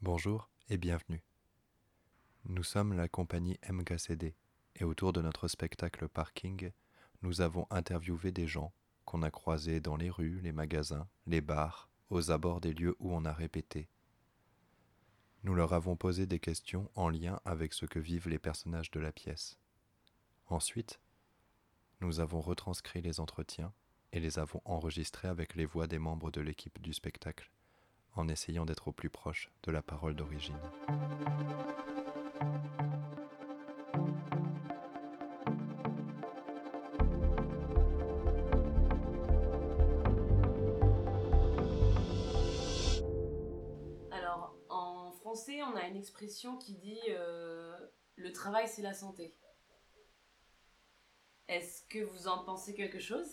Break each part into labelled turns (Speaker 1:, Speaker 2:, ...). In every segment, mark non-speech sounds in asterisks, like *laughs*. Speaker 1: Bonjour et bienvenue. Nous sommes la compagnie MKCD et autour de notre spectacle Parking, nous avons interviewé des gens qu'on a croisés dans les rues, les magasins, les bars, aux abords des lieux où on a répété. Nous leur avons posé des questions en lien avec ce que vivent les personnages de la pièce. Ensuite, nous avons retranscrit les entretiens et les avons enregistrés avec les voix des membres de l'équipe du spectacle, en essayant d'être au plus proche de la parole d'origine.
Speaker 2: Alors, en français, on a une expression qui dit euh, le travail, c'est la santé. Est-ce que vous en pensez quelque chose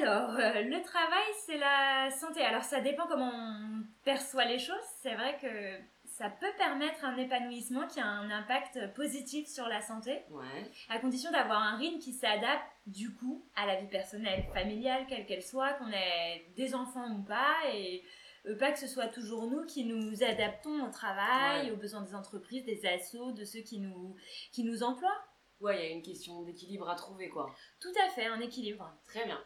Speaker 3: Alors, euh, le travail, c'est la santé. Alors, ça dépend comment on perçoit les choses. C'est vrai que ça peut permettre un épanouissement qui a un impact positif sur la santé,
Speaker 2: Ouais.
Speaker 3: à condition d'avoir un rythme qui s'adapte du coup à la vie personnelle, familiale, quelle qu'elle soit, qu'on ait des enfants ou pas, et euh, pas que ce soit toujours nous qui nous adaptons au travail,
Speaker 2: Ouais.
Speaker 3: aux besoins des entreprises, des assos, de ceux qui nous, qui nous emploient.
Speaker 2: Ouais, il y a une question d'équilibre à trouver, quoi.
Speaker 3: Tout à fait, un équilibre.
Speaker 2: Très bien.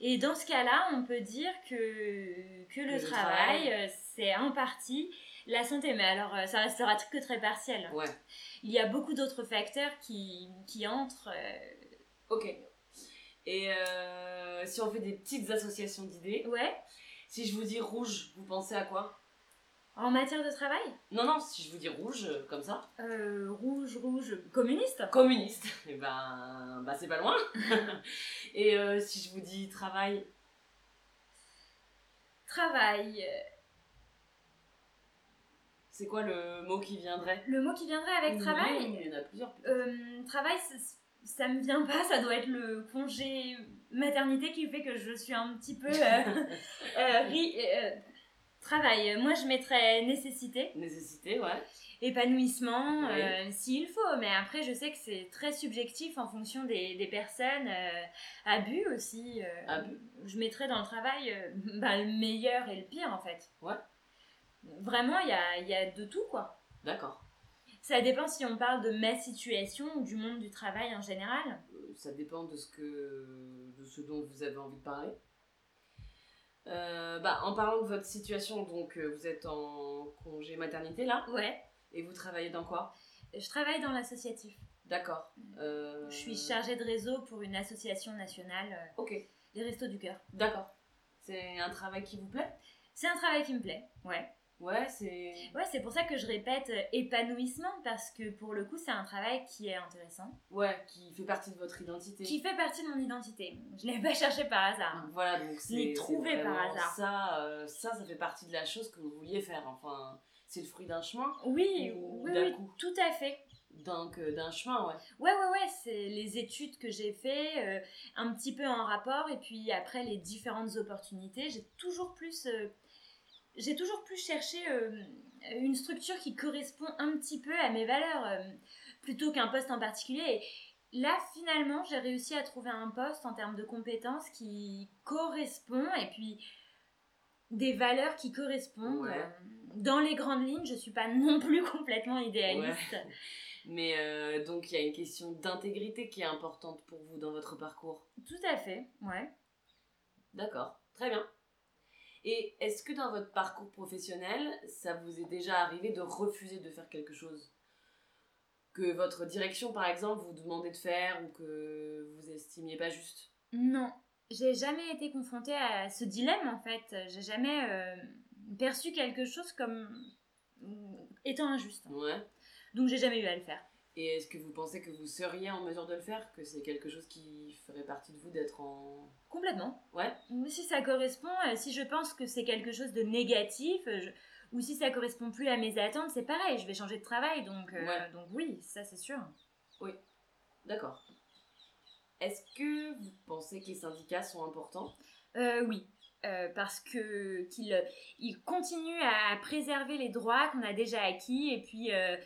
Speaker 3: Et dans ce cas-là, on peut dire que, que le,
Speaker 2: Le
Speaker 3: travail,
Speaker 2: travail.
Speaker 3: euh, c'est en partie la santé, mais alors euh, ça restera que très partiel.
Speaker 2: Ouais.
Speaker 3: Il y a beaucoup d'autres facteurs qui, qui entrent. euh,
Speaker 2: Ok. Et euh, si on fait des petites associations d'idées,
Speaker 3: Ouais,
Speaker 2: si je vous dis rouge, vous pensez à quoi
Speaker 3: en matière de travail,
Speaker 2: Non, non, si je vous dis rouge, euh, comme ça.
Speaker 3: euh, rouge, rouge, communiste,
Speaker 2: Communiste. Et ben, bah, c'est pas loin. *laughs* Et euh, si je vous dis travail,
Speaker 3: travail. euh,
Speaker 2: c'est quoi le mot qui viendrait
Speaker 3: Le mot qui viendrait avec travail,
Speaker 2: Oui, Il y en a plusieurs. putain.
Speaker 3: euh, travail, c'est- ça me vient pas, ça doit être le congé maternité qui fait que je suis un petit peu... *laughs* euh, euh, ri- euh, travail, moi je mettrais nécessité.
Speaker 2: Nécessité, ouais.
Speaker 3: épanouissement euh, s'il faut mais après je sais que c'est très subjectif en fonction des, des personnes euh, abus aussi euh,
Speaker 2: Abus.
Speaker 3: je mettrais dans le travail euh, *laughs* bah, le meilleur et le pire en fait
Speaker 2: Ouais.
Speaker 3: vraiment il y a, il y a de tout quoi
Speaker 2: D'accord.
Speaker 3: ça dépend si on parle de ma situation ou du monde du travail en général
Speaker 2: Euh, Ça dépend de ce, que, de ce dont vous avez envie de parler. Euh, bah, en parlant de votre situation, donc euh, vous êtes en congé maternité là
Speaker 3: ouais
Speaker 2: et vous travaillez dans quoi
Speaker 3: je travaille dans l'associatif
Speaker 2: D'accord. Euh,
Speaker 3: je suis chargée de réseau pour une association nationale euh,
Speaker 2: Ok,
Speaker 3: les restos du cœur
Speaker 2: d'accord. C'est un travail qui vous plaît
Speaker 3: c'est un travail qui me plaît ouais
Speaker 2: Ouais, c'est.
Speaker 3: Ouais, c'est pour ça que je répète euh, épanouissement, parce que pour le coup, c'est un travail qui est intéressant,
Speaker 2: Ouais, qui fait partie de votre identité.
Speaker 3: qui fait partie de mon identité. Je l'ai pas *laughs* cherché par hasard.
Speaker 2: Donc Voilà, donc c'est.
Speaker 3: Ni trouvé
Speaker 2: c'est
Speaker 3: par
Speaker 2: vraiment
Speaker 3: hasard.
Speaker 2: Ça, euh, ça, ça fait partie de la chose que vous vouliez faire. Enfin, c'est le fruit d'un chemin.
Speaker 3: Oui,
Speaker 2: Ou
Speaker 3: oui,
Speaker 2: d'un
Speaker 3: oui,
Speaker 2: coup.
Speaker 3: tout à fait.
Speaker 2: Donc, euh, d'un chemin, ouais.
Speaker 3: Ouais, ouais, ouais, c'est les études que j'ai fait, euh, un petit peu en rapport, et puis après les différentes opportunités, j'ai toujours plus, euh, j'ai toujours plus cherché euh, une structure qui correspond un petit peu à mes valeurs, euh, plutôt qu'un poste en particulier. Et là, finalement, j'ai réussi à trouver un poste en termes de compétences qui correspond, et puis des valeurs qui correspondent.
Speaker 2: Ouais.
Speaker 3: Euh, Dans les grandes lignes, je suis pas non plus *laughs* complètement idéaliste.
Speaker 2: Mais euh, donc il y a une question d'intégrité qui est importante pour vous dans votre parcours.
Speaker 3: Tout à fait, ouais.
Speaker 2: D'accord, très bien. Et est-ce que dans votre parcours professionnel, ça vous est déjà arrivé de refuser de faire quelque chose Que votre direction, par exemple, vous demandait de faire ou que vous estimiez pas juste
Speaker 3: Non, j'ai jamais été confrontée à ce dilemme en fait. J'ai jamais euh, perçu quelque chose comme euh, étant injuste.
Speaker 2: Ouais.
Speaker 3: Donc j'ai jamais eu à le faire.
Speaker 2: Et est-ce que vous pensez que vous seriez en mesure de le faire Que c'est quelque chose qui ferait partie de vous d'être en...
Speaker 3: Complètement.
Speaker 2: Ouais.
Speaker 3: Mais Si ça correspond, euh, si je pense que c'est quelque chose de négatif, euh, je- ou si ça correspond plus à mes attentes, c'est pareil. Je vais changer de travail, donc euh,
Speaker 2: Ouais.
Speaker 3: donc oui, ça c'est sûr.
Speaker 2: D'accord. Est-ce que vous pensez que les syndicats sont importants
Speaker 3: Euh, oui, euh, parce que qu'il il continue à préserver les droits qu'on a déjà acquis et puis euh,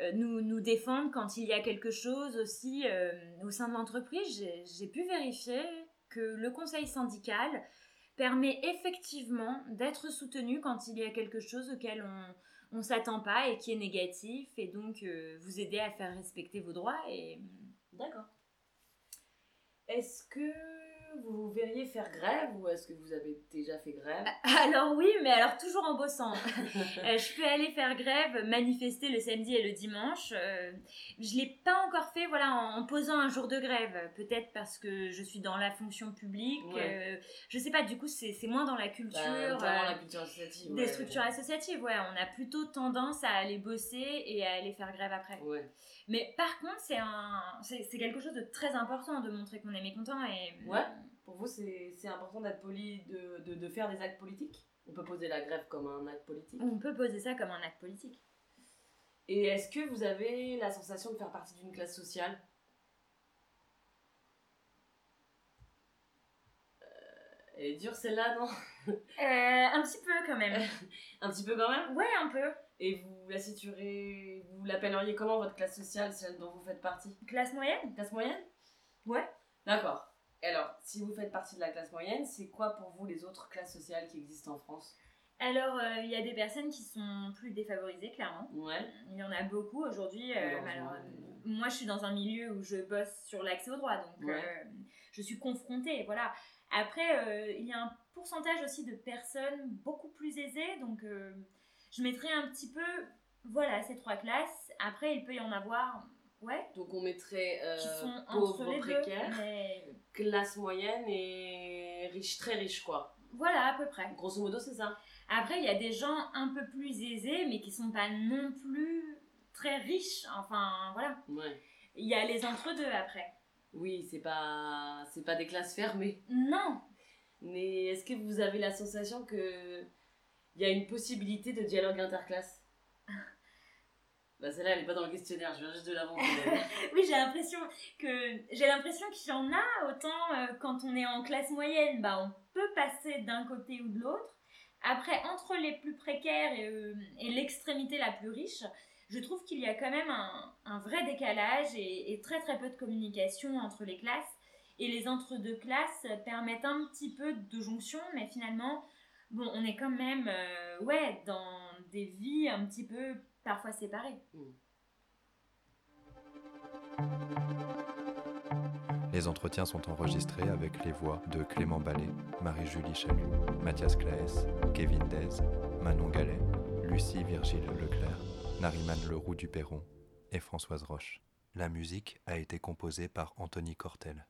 Speaker 3: euh, nous, nous défendre quand il y a quelque chose aussi euh, au sein de l'entreprise. J'ai- J'ai pu vérifier que le conseil syndical permet effectivement d'être soutenu quand il y a quelque chose auquel on ne s'attend pas et qui est négatif, et donc euh, vous aider à faire respecter vos droits. Et...
Speaker 2: D'accord. Est-ce que vous vous verriez faire grève ou est-ce que vous avez déjà fait grève
Speaker 3: Alors oui, mais alors toujours en
Speaker 2: *laughs*
Speaker 3: bossant. Euh, je peux aller faire grève, manifester le samedi et le dimanche. Euh, je ne l'ai pas encore fait voilà, en, en posant un jour de grève, peut-être parce que je suis dans la fonction publique.
Speaker 2: Ouais.
Speaker 3: euh, je ne sais pas, du coup, c'est c'est moins dans la culture.
Speaker 2: Bah, notamment la
Speaker 3: euh,
Speaker 2: culture associative.
Speaker 3: des
Speaker 2: ouais.
Speaker 3: structures associatives, ouais, on a plutôt tendance à aller bosser et à aller faire grève après.
Speaker 2: Ouais,
Speaker 3: Mais par contre, c'est un, c'est c'est quelque chose de très important de montrer qu'on est mécontent et
Speaker 2: Ouais. Pour vous, c'est c'est important d'être poli, de, de, de faire des actes politiques On peut poser la grève comme un acte politique.
Speaker 3: on peut poser ça comme un acte politique.
Speaker 2: Et est-ce que vous avez la sensation de faire partie d'une classe sociale Euh, Elle est dure celle-là, non
Speaker 3: Euh, un petit peu
Speaker 2: *laughs*
Speaker 3: quand même.
Speaker 2: Un petit peu quand même
Speaker 3: Ouais, un peu.
Speaker 2: Et vous la situerez, vous l'appelleriez comment votre classe sociale, celle dont vous faites partie
Speaker 3: Classe moyenne
Speaker 2: Classe moyenne
Speaker 3: Ouais.
Speaker 2: D'accord. Alors, si vous faites partie de la classe moyenne, c'est quoi pour vous les autres classes sociales qui existent en France
Speaker 3: Alors, euh, il y a des personnes qui sont plus défavorisées, clairement.
Speaker 2: Ouais.
Speaker 3: Il y en a beaucoup aujourd'hui. euh,
Speaker 2: Malheureusement,
Speaker 3: alors, euh,
Speaker 2: oui.
Speaker 3: moi, je suis dans un milieu où je bosse sur l'accès au droit, donc
Speaker 2: Ouais.
Speaker 3: euh, je suis confrontée. Voilà. Après, euh, il y a un pourcentage aussi de personnes beaucoup plus aisées, donc euh, je mettrai un petit peu, voilà, ces trois classes. Après, il peut y en avoir, ouais,
Speaker 2: Donc on mettrait euh,
Speaker 3: qui sont entre
Speaker 2: pauvres,
Speaker 3: les
Speaker 2: précaires,
Speaker 3: deux, mais
Speaker 2: classe moyenne et riche, très riche quoi.
Speaker 3: voilà à peu près.
Speaker 2: Grosso modo, c'est ça.
Speaker 3: Après, il y a des gens un peu plus aisés, mais qui sont pas non plus très riches. Enfin, voilà.
Speaker 2: Ouais.
Speaker 3: Il y a les entre-deux après.
Speaker 2: Oui, c'est pas, c'est pas des classes fermées.
Speaker 3: Non
Speaker 2: Mais est-ce que vous avez la sensation que il y a une possibilité de dialogue interclasse *laughs* Bah celle-là, elle est pas dans le questionnaire, je viens juste de l'inventer.
Speaker 3: *laughs* Oui, j'ai l'impression que j'ai l'impression qu'il y en a autant euh, quand on est en classe moyenne, bah on peut passer d'un côté ou de l'autre. Après, entre les plus précaires et, euh, et l'extrémité la plus riche, je trouve qu'il y a quand même un, un vrai décalage et, et très très peu de communication entre les classes. Et les entre-deux classes permettent un petit peu de jonction, mais finalement, bon, on est quand même euh, ouais, dans des vies un petit peu parfois séparées.
Speaker 1: Les entretiens sont enregistrés avec les voix de Clément Ballet, Marie-Julie Chalut, Mathias Claes, Kevin Dez, Manon Gallet, Lucie Virgile Leclerc, Nariman Leroux du Perron et Françoise Roche. La musique a été composée par Anthony Cortel.